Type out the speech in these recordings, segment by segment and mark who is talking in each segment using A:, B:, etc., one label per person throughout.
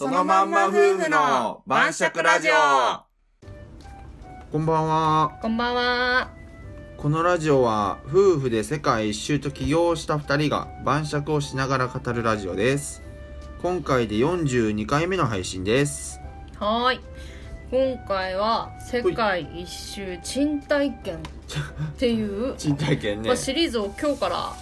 A: のまんま夫婦の晩酌ラジオ
B: こんばんは。
A: こんばんは
B: このラジオは夫婦で世界一周と起業した2人が晩酌をしながら語るラジオです。今回で42回目の配信です。
A: はーい今回は「世界一周賃貸券」っていう、
B: 賃貸券ね
A: まあ、。シリーズを今日から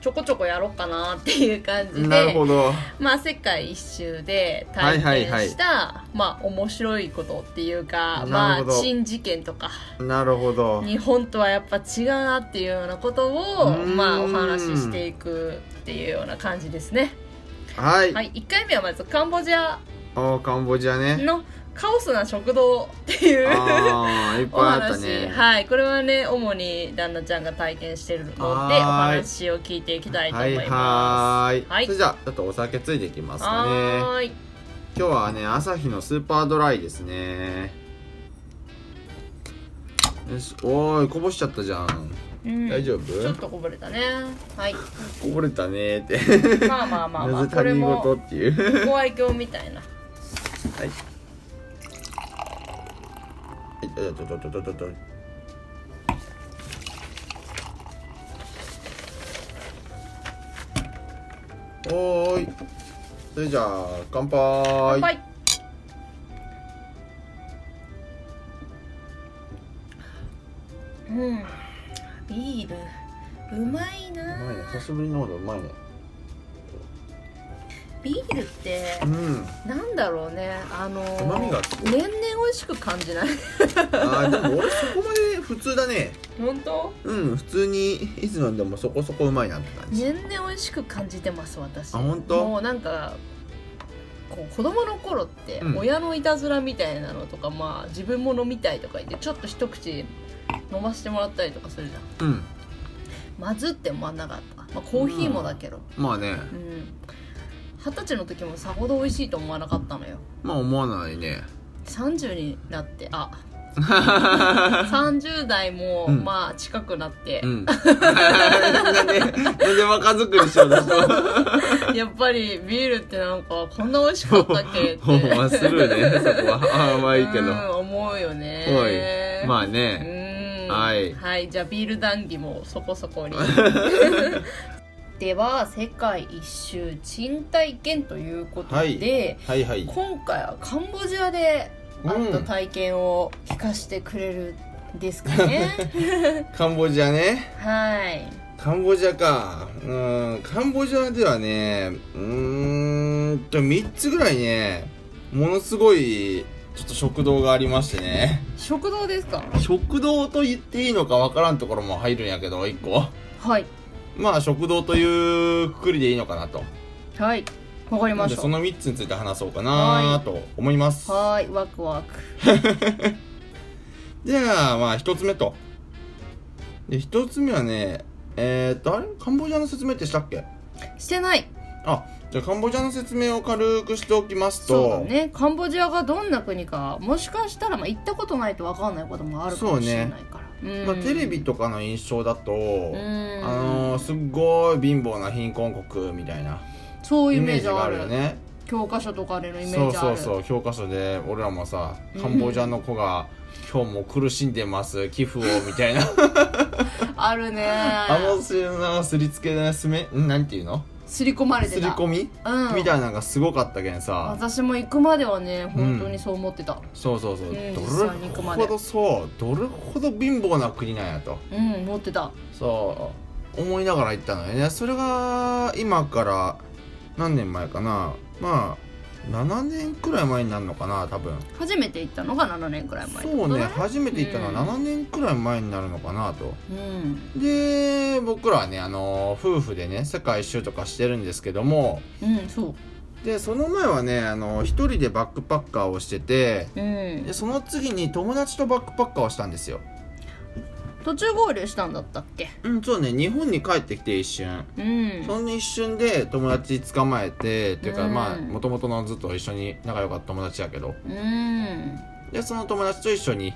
A: ちょこちょこやろうかなっていう感じで
B: なるほど。
A: まあ、世界一周で体験した、
B: はいはい
A: まあ、面白いことっていうか、ま
B: な
A: あ
B: るほ、ど
A: 珍事件とか
B: なるほど。
A: 日本とはやっぱ違うなっていうようなことを、
B: うーん
A: まあ、お話ししていくっていうような感じですね。
B: はい。
A: はい、1回目はまずカンボジア
B: おカンボジアね。
A: のカオスな食堂っていう
B: ああ、いっ
A: お
B: ぱいあった
A: 話、
B: ね。
A: はい、これはね主に旦那ちゃんが体験してるのでお
B: はーい
A: 話を聞いていきたいと思
B: はいい
A: ま
B: はい。
A: はい
B: それじゃあ、ちょっとお酒ついていきます
A: す。
B: かね。
A: はーい
B: 今日はね朝日のスーパードライですねよしおーいこぼしちゃったじゃん
A: うん
B: 大丈夫
A: ちょっとこぼれたね はい
B: こぼれたねーって
A: まあまあまあま
B: な
A: あ
B: ぜ
A: こ
B: 他
A: れ
B: 人事
A: も
B: っていう
A: ご愛嬌みたいな
B: はいはいちょちょちょちょちょちょおーいそれじゃあ乾杯
A: 乾杯うんビールうまいうな
B: まいね久しぶりのほうまいね
A: ビールって
B: うん
A: なんだろうねあのー
B: 旨味が
A: 年々美味しく感じな
B: あ
A: い
B: ーでも俺そこまで普通だね
A: 本当
B: うん普通にいつ飲んでもそこそこうまいなって感じ、
A: 年々美味しく感じてます私
B: あ本当
A: もうなんかこう子供の頃って
B: うん
A: 親のいたずらみたいなのとか、まあ自分も飲みたいとか言ってちょっと一口飲ませてもらったりとかするじゃん
B: うん
A: まずって思わなかった、まあ、コーヒーもだけど
B: まあね
A: うん二十、歳の時もさほど美味しいと思わなかったのよ
B: まあ思わないね
A: 30になって あ30代も、
B: うん
A: まあ近くなって
B: う、 んなんでなんで若作りしようだと
A: やっぱりビールってなんかこんな美味しかったっ けって
B: ほんまあするねそこはあーまあいいけど
A: うん、思うよね
B: おいまあね
A: うん
B: はい
A: じゃあビール談義もそこそこに では世界一周賃貸券ということで、
B: はいはい
A: 今回はカンボジアであった体験を聞かせてくれるんですかね、
B: カンボジアね
A: はい
B: カンボジアかうんカンボジアではねうーんと3つぐらいねものすごいちょっと食堂がありましてね
A: 食堂ですか
B: 食堂と言っていいのかわからんところも入るんやけど1個
A: はい
B: まあ食堂というくくりでいいのかなと
A: はいわかりま
B: なんで
A: し
B: そ
A: た
B: の3つについて話そうかなと思います
A: はーいワクワク
B: じゃあまあ1つ目とで1つ目はねえー、っとあれカンボジアの説明ってしたっけ
A: してない
B: あじゃあカンボジアの説明を軽くしておきますと
A: そうだねカンボジアがどんな国かもしかしたらまあ行ったことないと分かんないこともあるかもしれないからう、ん
B: まあ、テレビとかの印象だと、
A: ん
B: あのーすっごい貧乏な貧困国みたいな
A: そう
B: イ
A: いうイメ
B: メ
A: ー
B: ー
A: ジ
B: ジ
A: あ
B: があ
A: る
B: るよね
A: 教科書とかでのイメ
B: そ
A: ー
B: う
A: ジある
B: そうそう教科書で俺らもさカンボジアの子が「今日も苦しんでます寄付を」みたい な
A: あるね
B: あのすなすりつけですめんなんていうの
A: 刷り込まれて
B: す
A: た
B: り込み、
A: うん
B: みたいなのがすごかったけんさ
A: 私も行くまではね本当にそう思ってた
B: そうそうそう、
A: うん
B: ど
A: 実際に行くまで
B: れほどそうどれほど貧乏な国なんやと
A: うん、思ってた
B: そう思いながら行ったのよねそれが今から何年前かなまあ7年くらい前になるのかな多分
A: 初めて行ったのが7年くらい前って
B: そ
A: こ
B: う
A: と
B: ね初めて行ったのは
A: う
B: 7年くらい前になるのかなと、
A: うん
B: で僕らはねあの夫婦でね世界一周とかしてるんですけども
A: うんそう
B: でその前はねあの一人でバックパッカーをしてて
A: うん
B: でその次に友達とバックパッカーをしたんですよ
A: 途中合流したんだったっけ
B: うんそうね日本に帰ってきて一瞬
A: うん
B: その一瞬で友達捕まえてっていうか
A: うん
B: まあもともとのずっと一緒に仲良かった友達やけど
A: うん
B: でその友達と一緒に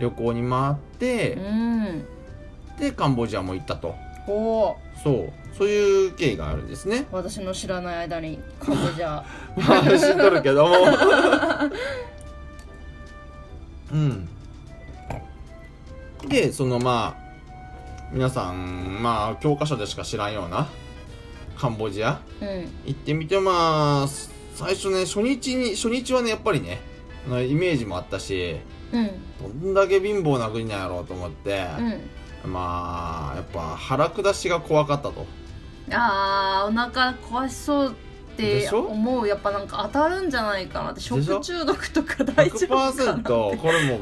B: 旅行に回って
A: うん
B: でカンボジアも行ったと
A: おおー
B: そうそういう経緯があるんですね
A: 私の知らない間にカンボ ジア
B: 話しとるけどもうんでそのまあ皆さんまあ教科書でしか知らんようなカンボジア
A: うん
B: 行ってみてまあ最初ね初日に初日はねやっぱりねあのイメージもあったし
A: うん
B: どんだけ貧乏な国なんやろうと思って、
A: う
B: まあやっぱ腹下しが怖かったと
A: んあーお腹壊しそうって
B: でしょ
A: 思うやっぱなんか当たるんじゃないかなって食
B: でしょ
A: 中毒とか大丈夫かな
B: 100%これもう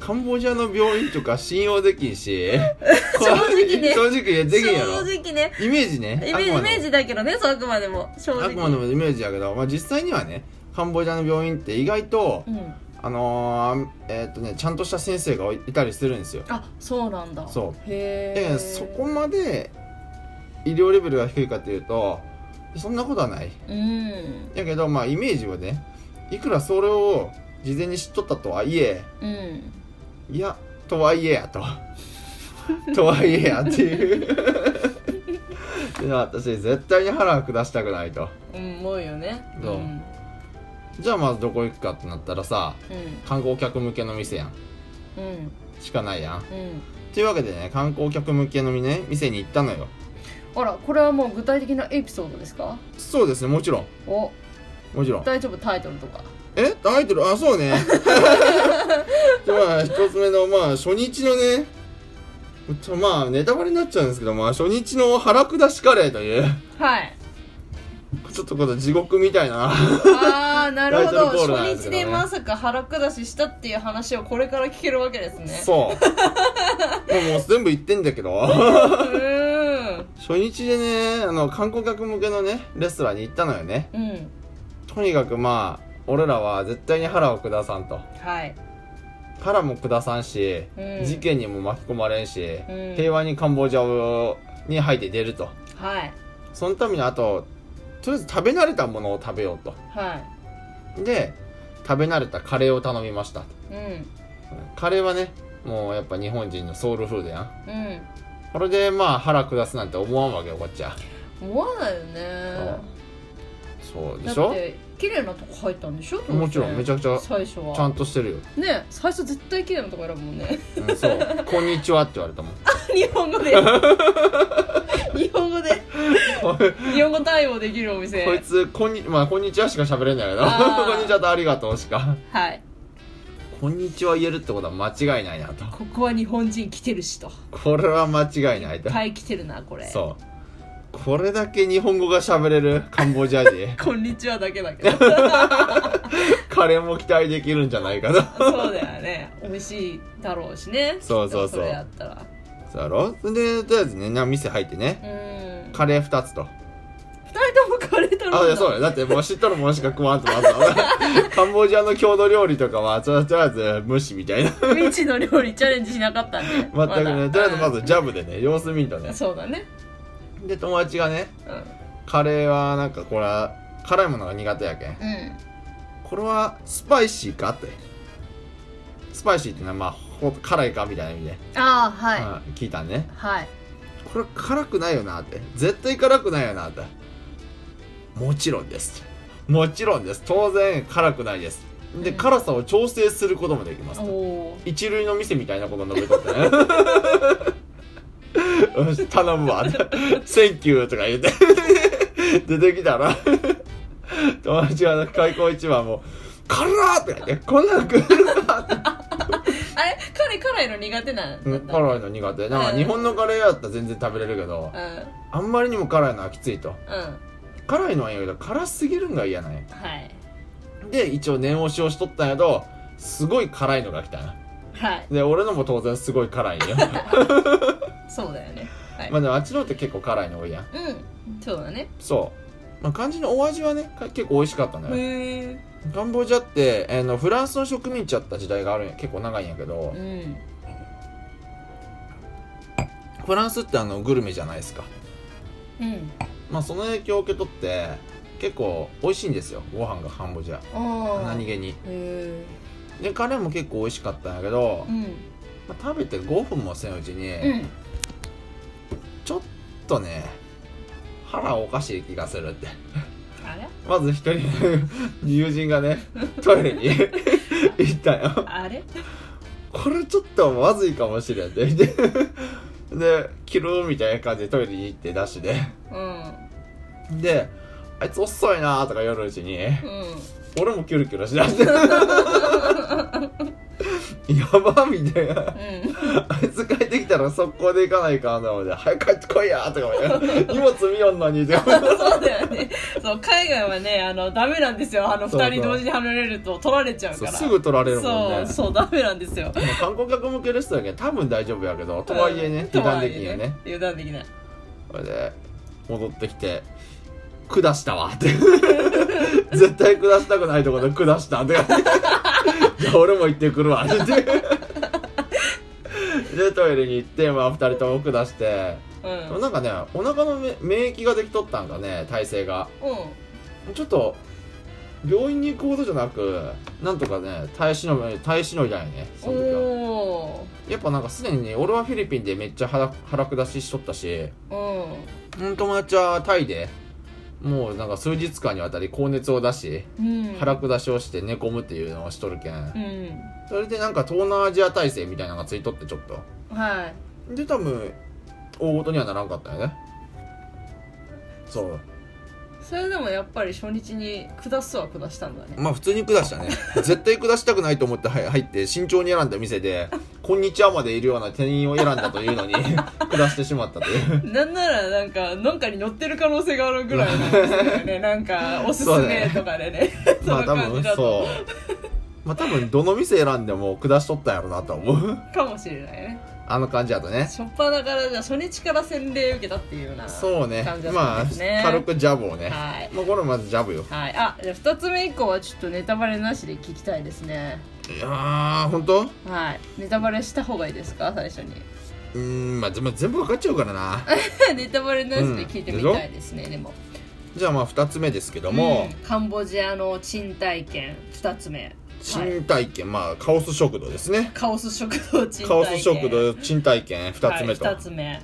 B: カンボジアの病院とか信用できん し正
A: 直ね
B: 正直できんやろ
A: 正直ね
B: イメージね
A: イメ
B: あくま
A: イ
B: でも
A: メージだけどねそうあくまでも正
B: あ
A: 直
B: くまでもイメージやけど、まあ、実際にはねカンボジアの病院って意外と、
A: うん、
B: あのーえーっとねちゃんとした先生がいたりするんですよ
A: あそうなんだ
B: そう
A: へ
B: で
A: え
B: そこまで医療レベルが低いかっていうとそんなことはない
A: うん
B: やけどまあイメージはねいくらそれを事前に知っとったとはいえ
A: うん
B: いやとはいえやと とはいえやっていう で私絶対に腹は下したくないと
A: うん思うよね
B: どうんじゃあまずどこ行くかってなったらさ
A: うん
B: 観光客向けの店やん
A: うん
B: しかないやん
A: うん
B: というわけでね観光客向けの、ね、店に行ったのよ
A: あらこれはもう具体的なエピソードですか
B: そうですねもちろん
A: お
B: もちろん
A: 大丈夫タイトルとか
B: えアイドルあそうね でまあ一つ目のまあ初日のねちょまあネタバレになっちゃうんですけどまあ初日の腹下しカレーという
A: はい
B: ちょっとこの地獄みたいな
A: ああなるほど
B: タイトルコールなんで
A: 初
B: すけどね
A: 日でまさか腹下ししたっていう話をこれから聞けるわけですね
B: そうもうもう全部言ってんだけど
A: うーん
B: 初日でねあの観光客向けのねレストランに行ったのよね
A: うん
B: とにかくまあ俺らは絶対に腹を下さんと
A: はい
B: 腹も下さんし、
A: うん
B: 事件にも巻き込まれんし、
A: うん
B: 平和にカンボジアをに入って出ると
A: はい
B: そのためにあととりあえず食べ慣れたものを食べようと
A: は
B: で食べ慣れたカレーを頼みました
A: いうん
B: カレーはねもうやっぱ日本人のソウルフードやん
A: うん
B: これでまあ腹下すなんて思わんわけよこっちは
A: 思わないよね
B: そうで
A: だっ
B: しょ
A: て綺麗なとこ入ったんでしょ
B: もちろんめち
A: ゃ
B: ゃくちゃ
A: 最初は
B: ちゃんとしてるよ、
A: ね最初絶対綺麗なとこ選ぶもんね
B: うん、そう 「こんにちは」って言われたもん
A: 日本語で日本語で
B: こい
A: 日本語対応できるお店
B: こいつこんに、まあ「こんにちは」しか喋れんだけど「
A: あー
B: こんにちは」と「ありがとう」しか
A: はい
B: 「こんにちは」言えるってことは間違いないなと
A: ここは日本人来てるしと
B: これは間違いないと
A: はい来てるなこれ
B: そうこれだけ日本語が喋れるカンボジア 人
A: こんにちはだけだけど
B: カレーも期待できるんじゃないかな
A: そうだよね美味しいだろうしね
B: そうそうそう
A: きっとそれやったら
B: そうやろそれでとりあえずねな店入ってね
A: うん
B: カレー2つと
A: 二人ともカレー頼んだ
B: あいやそうだよだってもう知っとるもんしか食わんと まずはカンボジアの郷土料理とかはととりあえず無視みたいな
A: 未知の料理チャレンジしなかったんで全
B: 全くねとりあえずまずジャブでね様子見んとね
A: そうだね
B: で友達がね
A: うん
B: カレーはなんかこれは辛いものが苦手やけん
A: うん
B: これはスパイシーかってスパイシーってのはまあほ辛いかみたいな意味で、
A: ああはい、
B: うん聞いたね
A: はい
B: これ辛くないよなって絶対辛くないよなってもちろんですもちろんです当然辛くないですで、
A: うん
B: 辛さを調整することもできます
A: おお
B: 一類の店みたいなこと述べとってね よし頼むわ「センキュー」とか言って出てき たら友達が開口一番も「辛っ!」とか言って「こんなの 食えるな!」って
A: あれ彼辛いの苦手なんだった
B: 辛いの苦手なん
A: う
B: か
A: ん
B: 日本のカレーやったら全然食べれるけど
A: うん
B: あんまりにも辛いのはきついと
A: うん
B: 辛いのはいいけど辛すぎるんが嫌なんや
A: はい
B: で一応念押しをしとったんやけどすごい辛いのが来たな
A: はい
B: で俺のも当然すごい辛いん よ
A: そうだよねはい、
B: まあでもあっちの方って結構辛いの多いやん
A: うんそうだね
B: そう、まあ、感じのお味はねか結構美味しかったのよ
A: へえ
B: カンボジアって、えーのフランスの植民地だった時代があるんや結構長いんやけど
A: うん
B: フランスってあのグルメじゃないですか
A: うん
B: まあその影響を受け取って結構美味しいんですよご飯がカンボジア
A: ああ
B: 何
A: へ
B: 気に
A: え
B: でカレーも結構美味しかったんやけど
A: う、ん
B: まあ食べて5分もせんうちに、
A: うん
B: ちょっとね腹おかしい気がするって
A: あれ
B: まず一人 の友人がねトイレに 行ったよ
A: あれ
B: これちょっとまずいかもしれんってでで切るみたいな感じでトイレに行って出しで
A: うん
B: であいつ遅いなーとか夜のうちに
A: うん
B: 俺もキュルキュルしだしてやばみたいな
A: う
B: あいつ帰ってきたら速攻で行かないかなので早く帰ってこいやーとか思いながら荷物見よんのにって
A: ん、そうだよねそう海外はねあのダメなんですよあの
B: そうそう
A: 2人同時に離れると取られちゃう
B: そ
A: か
B: う
A: ら
B: すぐ取られるもん
A: そ
B: ね
A: うそうダメなんですよ
B: でも観光客向けレストランやけん多分大丈夫やけどとはいえ ね
A: うん
B: 油断できんよね
A: 油断できない
B: それで戻ってきて「下した わ」って絶対下したくないところで「下した」ってじゃあ俺も行ってくるわ」って言ってでトイレに行って、まあ、2人とも下して
A: うん
B: でもなんかねお腹のめ免疫ができとったんかね体勢がちょっと病院に行くほどじゃなくなんとかね耐え忍び耐え忍びだよねそ
A: うん
B: の時は
A: お
B: やっぱなんかすでに俺はフィリピンでめっちゃ腹腹下ししとったし
A: ー
B: うん友達はタイでもうなんか数日間にわたり高熱を出し
A: うんうん
B: 腹下しをして寝込むっていうのをしとるけ
A: うんん
B: それでなんか東南アジア体制みたいなのがついとってちょっと
A: はい
B: で多分大事にはならんかったよねそう
A: それでもやっぱり初日に下すは下したんだね
B: まあ普通に下した ね絶対下したくないと思ってはい入って慎重に選んだ店で「こんにちは」までいるような店員を選んだというのに 下してしまったという
A: なんならなんかなんかに乗ってる可能性があるぐらいなんですよ ねなんかおすすめとかでね そ
B: まあ
A: の
B: 多
A: 感
B: 分
A: じだと
B: そうまあ多分どの店選んでも下しとったんやろなとは思う
A: かもしれないね
B: あの感じやとね
A: 初っ端からじゃあ初日から洗礼受けたっていうような
B: そうね
A: 感じだった
B: ま
A: ん
B: あ
A: ですね、
B: 軽くジャブをね
A: はい
B: まあこれまずジャブよ
A: はいあじゃあ2つ目以降はちょっとネタバレなしで聞きたいですね
B: いやー本当う
A: はいネタバレした方がいいですか最初に
B: ーんまあでも全部わかっちゃうからな
A: ネタバレなしで聞いてみたいですね、でも
B: じゃあまあ2つ目ですけども
A: うんカンボジアの賃貸券2つ目はい
B: 賃貸券まあカオス食堂ですね
A: カオス食堂賃貸券
B: カオス食堂賃貸券2つ目と
A: はい、2つ目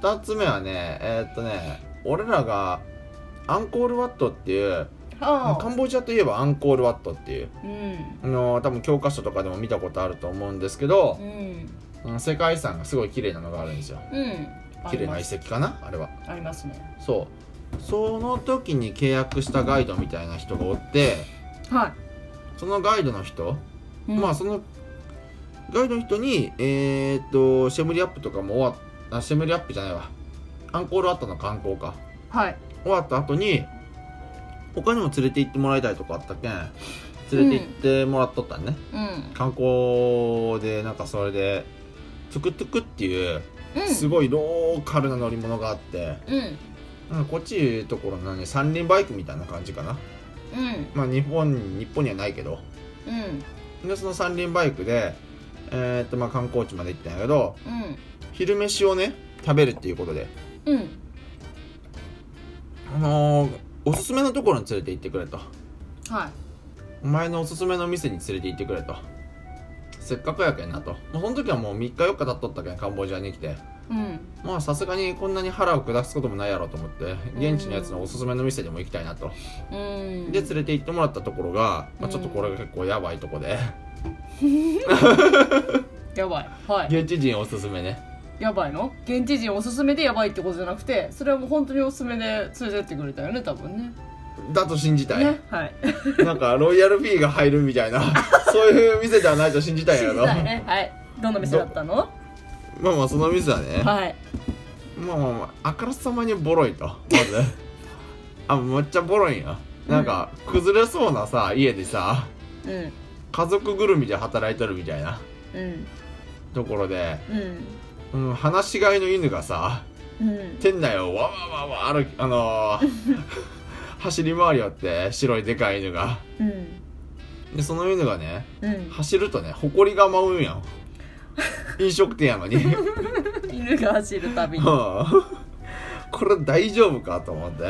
B: 2つ目はねえーっとね俺らがアンコールワットっていうまあ
A: あ
B: カンボジアといえばアンコールワットっていう
A: あうん
B: あのー多分教科書とかでも見たことあると思うんですけど
A: う、ん
B: うん世界遺産がすごい綺麗なのがあるんですよ
A: うんあ
B: 綺
A: り
B: 麗な
A: ま
B: 遺
A: す
B: 跡かなあれは
A: ありますね
B: そうその時に契約したガイドみたいな人がおって
A: は
B: そのガイドの人、
A: い、
B: まあそのガイドの人にえーっとシェムリアップとかも終わっあシェムリアップじゃないわアンコールワットの観光か
A: はい
B: 終わった後に他にも連れて行ってもらいたいとこあったけん連れて行ってもらっとったんね、
A: うん
B: 観光でなんかそれでトゥクトゥクっていう
A: うん
B: すごいローカルな乗り物があって、
A: うん
B: なんかこっちいうところのね三輪バイクみたいな感じかな
A: うん
B: まあ日本日本にはないけど
A: うん
B: でその三輪バイクでえーっとまあ観光地まで行ったんやけど
A: うん
B: 昼飯をね食べるっていうことで
A: うん
B: あのーおすすめのところに連れて行ってくれと
A: はい
B: お前のおすすめの店に連れて行ってくれとせっかくやけんなともうその時はもう3日4日経っとったけんカンボジアに来て
A: うん
B: まあさすがにこんなに腹を下すこともないやろうと思って現地のやつのおすすめの店でも行きたいなと
A: うん
B: で連れて行ってもらったところが、まあ、ちょっとこれが結構やばいとこで
A: やばいは い
B: 現地人おすすめね
A: やばいの現地人おすすめでやばいってことじゃなくてそれはもう本当におすすめで連れてってくれたよね多分ね
B: だと信じたい、
A: ねはい
B: なんかロイヤルフィーが入るみた いなそういう店ではないと信じたいや
A: 知り
B: ろ
A: たいねはいどんな店だったの
B: まあまあその店はね
A: はい
B: まあまあまああからさまにボロいとま ずあめっちゃボロいんやなんか崩れそうなさ家でさ
A: うん
B: 家族ぐるみで働いとるみたいな
A: うん
B: ところで、
A: うん
B: うん、放し飼いの犬がさ
A: うん
B: 店内をわわわわ歩きあのー走り回りよって白いでかい犬が
A: うん
B: でその犬がね
A: うん
B: 走るとね埃が舞うんやん飲食店やのにうん
A: 犬が走るたびに
B: これ大丈夫かと思って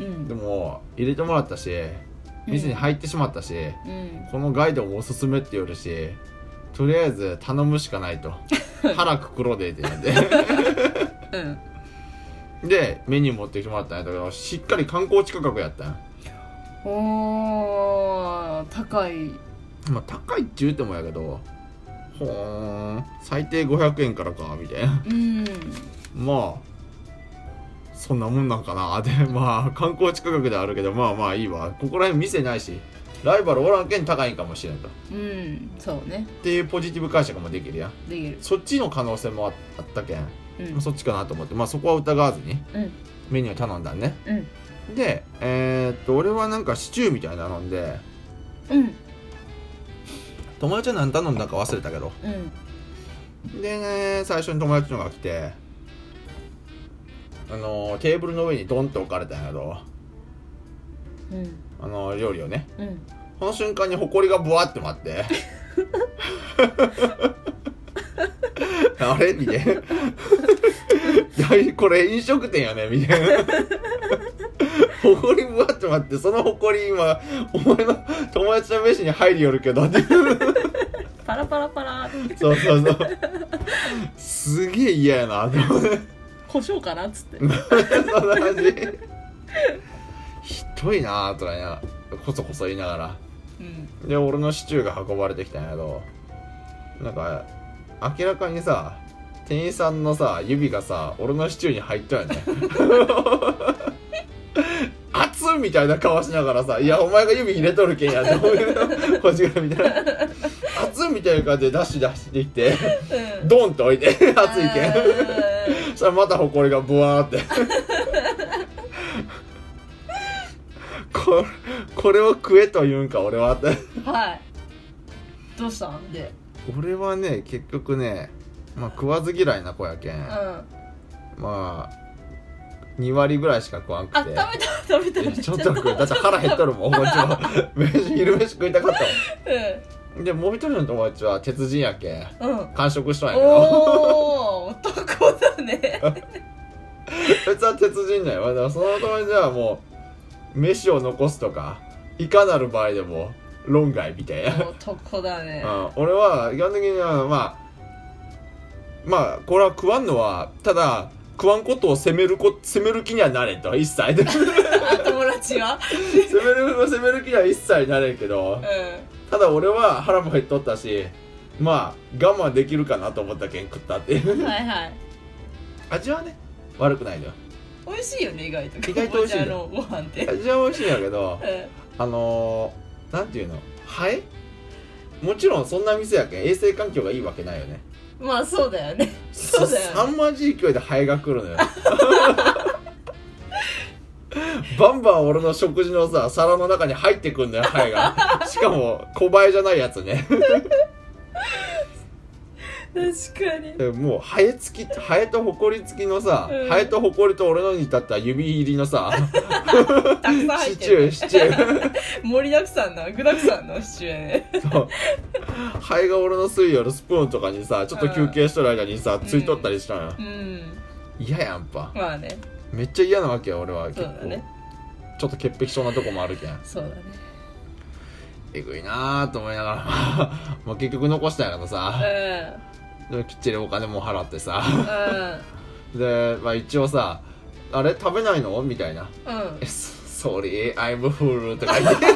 A: うん
B: でも入れてもらったし店に入ってしまったし、
A: うん
B: このガイドもおすすめって言るしとりあえず頼むしかないと腹くくろでってなんで
A: うん
B: でメニュー持ってきてもらったんやけどしっかり観光地価格やったんや
A: おー高い
B: まあ高いっちゅうてもやけどほーん最低500円からかみたいな
A: うん
B: まあそんなもんなんかなでまあ観光地価格ではあるけどまあまあいいわここら辺店ないしライバルおらんけん高いんかもしれんとっ
A: うんそうね
B: ていうポジティブ解釈もできるやん
A: できる
B: そっちの可能性もああったけん、
A: うん
B: まあそっちかなと思ってまあそこは疑わずに
A: うん
B: メニュー頼んだんね
A: うん
B: でえーっと俺はなんかシチューみたいなの飲んで
A: うん
B: 友達は何頼んだか忘れたけど
A: うん
B: でね最初に友達のが来てあのテーブルの上にドンって置かれたんやけど
A: うん
B: あの料理をね
A: うん
B: この瞬間に埃がブワって舞って あれみたいな いやこれ飲食店やねみたいな埃ブワって舞ってその埃今お前の友達の飯に入りよるけどって
A: パラパラパラ
B: そうそうそうすげえ嫌やなと思って
A: 胡椒かなっつって
B: そんな感じひどいなぁとか言いながらこそこそ言いながら
A: うん
B: で俺のシチューが運ばれてきたんやけどなんか明らかにさ店員さんのさ指がさ俺のシチューに入ったよね熱っみたいな顔しながらさ「いやお前が指入れとるけんや」って思いながらこっちから見たら「熱っ」みたいな感じでダッシュ出してきて
A: うん
B: ドンって置いて熱いけん
A: あー
B: そしたらまた埃がブワーってこれこれを食えと言うんか俺はって
A: はい。どうしたんで。
B: 俺はね結局ね、まあ、食わず嫌いな子やけん、
A: うん。あ、
B: まあ2割ぐらいしか食わんく
A: 食
B: て
A: べた、食べた。め
B: えちょっ
A: ゃ
B: と食うだって腹減っとるもん こっちは飯昼飯食いたかったもんでもう一人の友達は鉄人やけん
A: うん。うん。
B: 完食しとんやけど
A: おお、男だね。
B: 別は鉄人なんよだからその友達はもう飯を残すとかいかなる場合でも論外みたいな
A: 男だね。
B: うん、俺は基本的にはまあまあこれは食わんのはただ食わんことを責めるこ責める気にはなれんと一切責
A: あ友達は。
B: める責める気には一切なれんけ
A: う
B: ど
A: ん。
B: ただ俺は腹も減っとったしまあ我慢できるかなと思ったけん食ったっていう
A: はいはい。
B: 味はね悪くないのよ
A: 美味しいよね、意外と。
B: 意外と美味しいね
A: カンボジャのご飯って。
B: 味は美味しいんやけど
A: う
B: あのー、なんていうのハエもちろんそんな店やけん衛生環境がいいわけないよね
A: ん。まあ、そうだよね。そうだよね
B: あんまじい勢いでハエが来るのよ バンバン俺の食事のさ皿の中に入ってくんのよハエがしかも小映えじゃないやつね
A: 確かに。
B: でもうハエ付きハエとホコリ付きのさ、
A: うん
B: ハエとホコリと俺のに至った指入りの さ
A: たくさん入
B: シ
A: っ
B: チ
A: て
B: ュ
A: る
B: ー。シチュー
A: 盛りだくさんな、具だくさんのシチューやね。
B: そう ハエが俺の水曜のスプーンとかにさちょっと休憩してる間にさ、
A: うん
B: ついとったりしたのよ
A: うん。
B: 嫌やんぱ
A: まあね。
B: めっちゃ嫌なわけよ俺は
A: そ
B: 結
A: う
B: 構、
A: だね。
B: ちょっと潔癖症なとこもあるけん
A: そうだね。
B: えぐいなーと思いながら まあ結局残したんやけどさでもきっちりお金も払ってさ
A: う
B: で、まあ、一応さ「あれ食べないの?」みたいな「
A: ん。うん。うん
B: え。ソーリー I'm full」とか言って
A: あ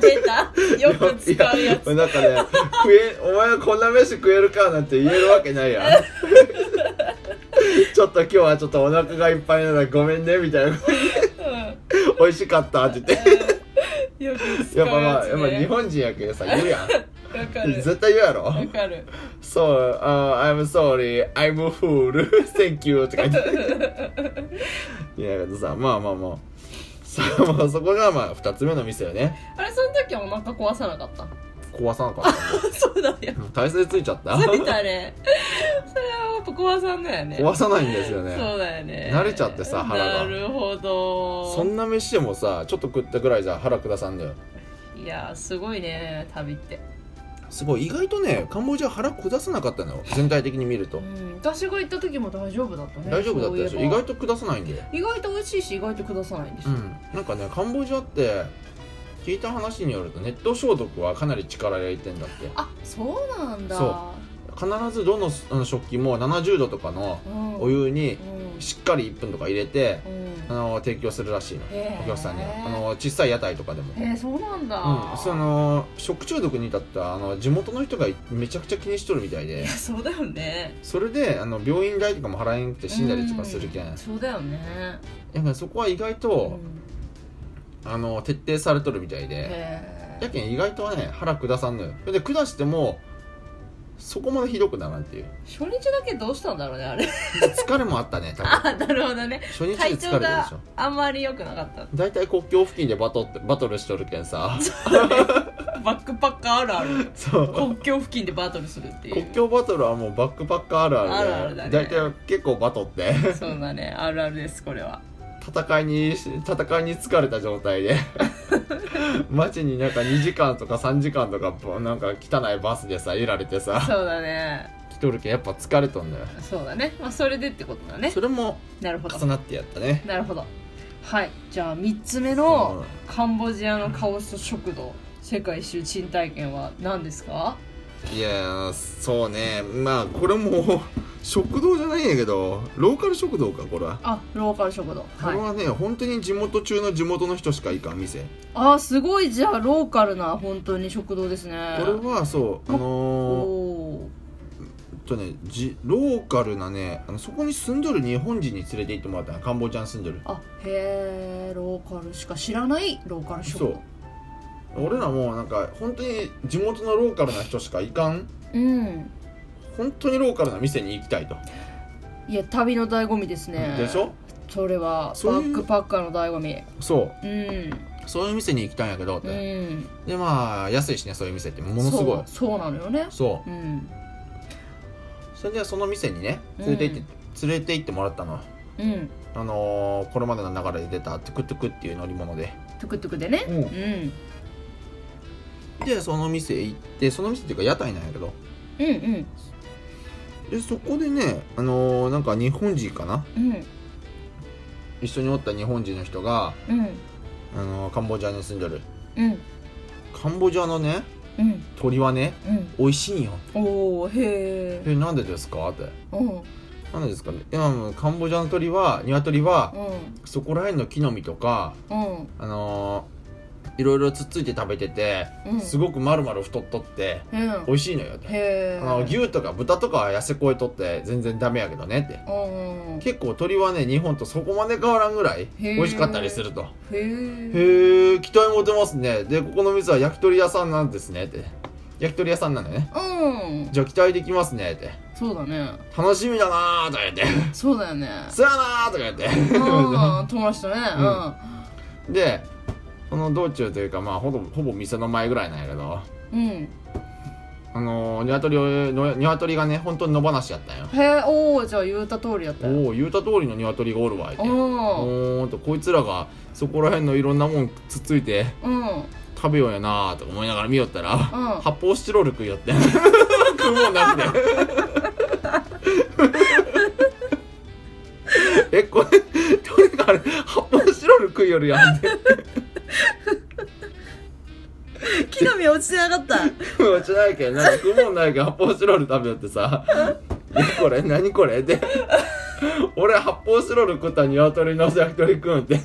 A: 出たよく使うやつ
B: いなんかね食えお前はこんな飯食えるかなんて言えるわけないやん ちょっと今日はちょっとお腹がいっぱいならごめんねみたいな
A: う
B: 美味しかったって言って
A: んよく使
B: やっ
A: う
B: ぱま
A: や
B: あ
A: つ
B: やっぱ日
A: ね
B: 本人やけどさ言うやん
A: わかる
B: 絶対言うやろ
A: わかる
B: そう、あ I'm sorry, I'm a fool, thank you とか言って。いや、けどさ、まあまあまあ。さあまあ、そこがまあ、二つ目の店よね。
A: あれその時はお腹壊さなかった
B: 壊さなか った
A: そうだよ
B: の。体勢ついちゃった
A: ついたねそれはやっぱ壊さんだよね
B: 壊さないんですよね。
A: そうだよね
B: 慣れちゃってさ腹が
A: なるほど
B: そんな飯でもさ、ちょっと食ったぐらいじゃ腹下さんだよ。
A: いやーすごいね旅って
B: すごい、意外とね、カンボジア腹下さなかったのよ。全体的に見ると
A: う。ん私が行った時も大丈夫だったね
B: 大丈夫だったでしょ
A: そうい
B: 意
A: えば
B: 外と下さないんだよ。
A: 意外と美味しいし意外と下さないんです
B: う
A: よ、
B: ん。なんかね、カンボジアって、聞いた話によると、熱湯消毒はかなり力入れてんだって。
A: あそうなんだ
B: そ必ずどのあの食器も70度とかの
A: うん
B: お湯に
A: うん
B: しっかり1分とか入れて
A: うん
B: あの提供するらしいの
A: へー
B: お客さんにあの小さい屋台とかでも。
A: えー、そうなんだ、
B: うん、その食中毒に至ったあの地元の人がめちゃくちゃ気にしとるみたい
A: い
B: で
A: やそうだよね
B: それであの病院代とかも払えんくて死んだりとかするけん、
A: うんそうだよね
B: やっぱりそこは意外
A: う
B: と、
A: ん
B: あの徹底されとるみたいで
A: へ
B: やけん意外とね腹下さんのよで下してもそこまでひどくならんっていう
A: 初日だけどうしたんだろうねあれ
B: 疲れもあったね多分
A: あなるほどね
B: 初日で疲れ
A: 体
B: てる
A: 調
B: で
A: が
B: しょ
A: あんまり良くなかった
B: 大体国境付近でバトってバトルしとるけん さ
A: バックパッカーあるある
B: そう
A: 国境付近でバトルするっていう
B: 国境バトルはもうバックパッカーあるあるで
A: あるあるだね
B: 大体結構バトって
A: そうだねあるあるですこれは
B: 戦いに戦いに疲れた状態で 街になんか2時間とか3時間とかなんか汚いバスでさ揺られてさ
A: そうだね
B: 来とるけんやっぱ疲れとんだよ
A: そうだねまあそれでってことだね
B: それも
A: なるほど
B: 重なってやったね
A: なるほどはいじゃあ3つ目
B: う
A: の
B: ん
A: カンボジアのカオス食堂世界一周賃体験は何ですか
B: いやーそうねまあこれも食堂じゃないんやけどローカル食堂かこれは、
A: あローカル食堂
B: こ
A: はい
B: れはね本当に地元中の地元の人しか行かん店こ
A: あーすごいじゃあローカルな本当に食堂ですね
B: れはそうあの
A: お
B: ー
A: お
B: えっとねじローカルなねあのそこに住んどる日本人に連れて行ってもらったのカンボジアに住んどる
A: ーあへえローカルしか知らないローカル食
B: そう
A: 堂
B: 俺らもなんか本当に地元のローカルな人しか行かん
A: うん
B: 本当にローカルな店に行きたいと、
A: いや旅の醍醐味ですね
B: でしょ
A: それはバ
B: そういう
A: ックパッカーの醍醐味
B: そう
A: うん
B: そういう店に行きたいんやけどって、
A: うん
B: でまあ安いしねそういう店ってものすごい
A: そうそうなのよね
B: そう
A: うん
B: それでその店にね連れて行って、連れて行ってもらったの
A: うん
B: あのーこれまでの流れで出たトゥクトゥクっていう乗り物で
A: トゥクトゥクでね
B: うん
A: うん
B: でその店行ってその店っていうか屋台なんやけど
A: うんうん
B: でそこでねあのーなんか日本人かな
A: うん
B: 一緒におった日本人の人が、
A: うん
B: あのーカンボジアに住んでる
A: うん
B: カンボジアのね
A: うん
B: 鳥はね
A: うん
B: 美味しいんよ
A: おおへえ
B: えなんでですかって
A: うんうん
B: なんでですかねいやもうカンボジアの鳥は鶏はそこら辺の木の実とか
A: うん
B: あのーいろいろつっついて食べてて、
A: うん
B: すごくまるまる太っとって
A: うん
B: 美味しいのよっ
A: へ
B: て
A: え
B: あの牛とか豚とかは痩せこえとって全然ダメやけどねって
A: うん
B: 結構鳥はね日本とそこまで変わらんぐらい
A: へー
B: 美味しかったりすると
A: へえ
B: へえ期待持てますねでここの店は焼き鳥屋さんなんですねって焼き鳥屋さんなのね
A: うん
B: じゃあ期待できますねって
A: そうだね
B: 楽しみだなーとか言って
A: そうだよね
B: 「そやなー」とか言って
A: うん友達とね
B: うん でその道中というかまあほぼほぼ店の前ぐらいなんやけど
A: うんうん
B: あのー鶏をの鶏がね本当に野放しやったんよ
A: へえおおじゃあ言うた通りやったよ
B: おお言うた通りの鶏がおるわ言うて
A: おお
B: おーんとこいつらがそこら辺のいろんなもんつっついて
A: うん
B: 食べようやなーとか思いながら見よったら、
A: ん
B: 発泡スチロール食いよって 食うもんなくてえこれどれがあれ発泡スチロール食いよるやんって
A: 木の実落ちてなかった
B: うちないけんなんか食うもんないけど発泡スチロール食べよってさ「いやこれ何これ?」って俺発泡スチロール食った鶏の焼き鳥食うんって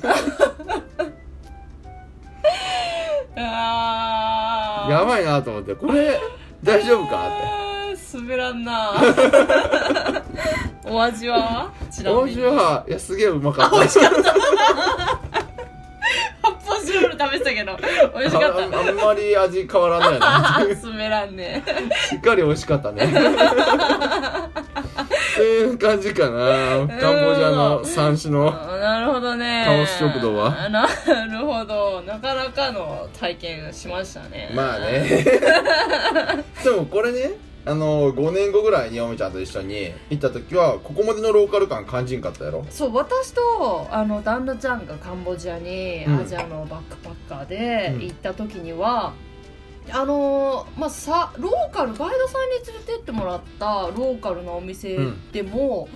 A: あ
B: やばいなと思って「これ大丈夫か?」
A: あー滑ら んなお味は
B: っ
A: ち
B: て
A: なみに
B: お味はいやすげえうまかった美味しかった
A: 発泡スチロール食べてたけど美味しか
B: あ
A: った
B: んあんまり味変わらないな
A: あー滑らんね
B: しっかり美味しかったねっていう感じかなカンボジアの三種
A: あ
B: の
A: ー なるほどね
B: カオス食堂は
A: あなるほどなかなかの体験しましたね
B: まあねでもこれねあの5年後ぐらいにおみちゃんと一緒に行った時はここまでのローカル感感じんかったやろ
A: そう私とあの旦那ちゃんがカンボジアに
B: うん
A: アジアのバックパッカーで
B: うん
A: 行った時には、あのーまあさローカルガイドさんに連れてってもらったローカルなお店でも、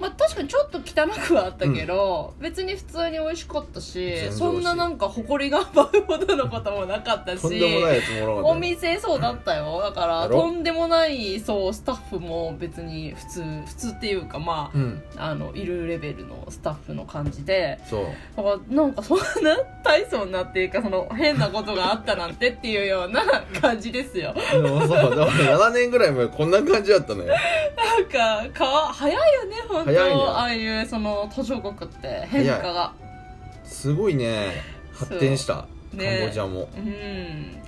A: まあ、確かにちょっと汚くはあったけど、別に普通に美味しかったし
B: 全然美味しい
A: そんななんか埃が舞うほどのこともなかったし
B: とんでもないやつもらおう
A: お店そうだったよだから
B: だろ
A: とんでもないそうスタッフも別に普通普通っていうかま
B: うん
A: ああのいるレベルのスタッフの感じで
B: そう
A: だからなんかそんな大層なっていうかその変なことがあったなんてっていうような感じですよ
B: でもそうだから7年ぐらい前こんな感じだったのよ
A: なんかか早いよね本
B: 早いね
A: 当ああいうその途上国って変化が
B: すごいね発展した
A: そう
B: カ
A: ね
B: ンボジアも
A: うん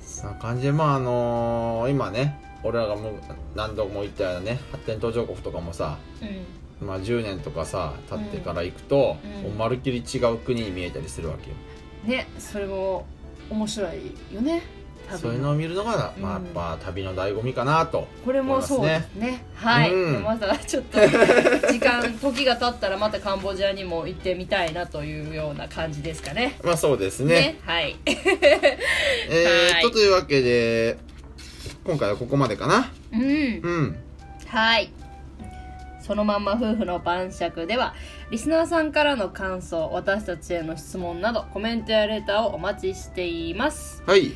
B: そんな感じでまああのー今ね俺らがもう何度も言ったようなね発展途上国とかもさ
A: うん
B: まあ10年とかさ経ってから行くと、
A: うん
B: もうまるっきり違う国に見えたりするわけよ
A: ねそれも面白いよね多分
B: そういうのを見るのが、まあ、や
A: う
B: っ
A: ん
B: ぱ旅の醍醐味かなと
A: これもそうですねはい、
B: うん
A: でまだ ちょっと時間時が経ったらまたカンボジアにも行ってみたいなというような感じですかね
B: まあそうですね
A: ね はい
B: え
A: は
B: ー、
A: い
B: とというわけで今回はここまでかな
A: うん
B: うん
A: はいそのまんま夫婦の晩酌ではリスナーさんからの感想私たちへの質問などコメントやレターをお待ちしています、
B: はい、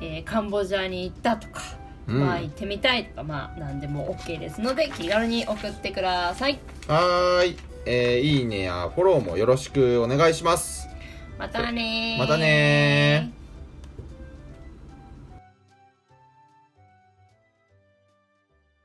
A: えーカンボジアに行ったとか、
B: うん、
A: まあ
B: は
A: 行ってみたいとかまあ何でも OK ですので気軽に送ってください
B: ーい、えーいいねやフォローもよろしくお願いします
A: またねー
B: またねー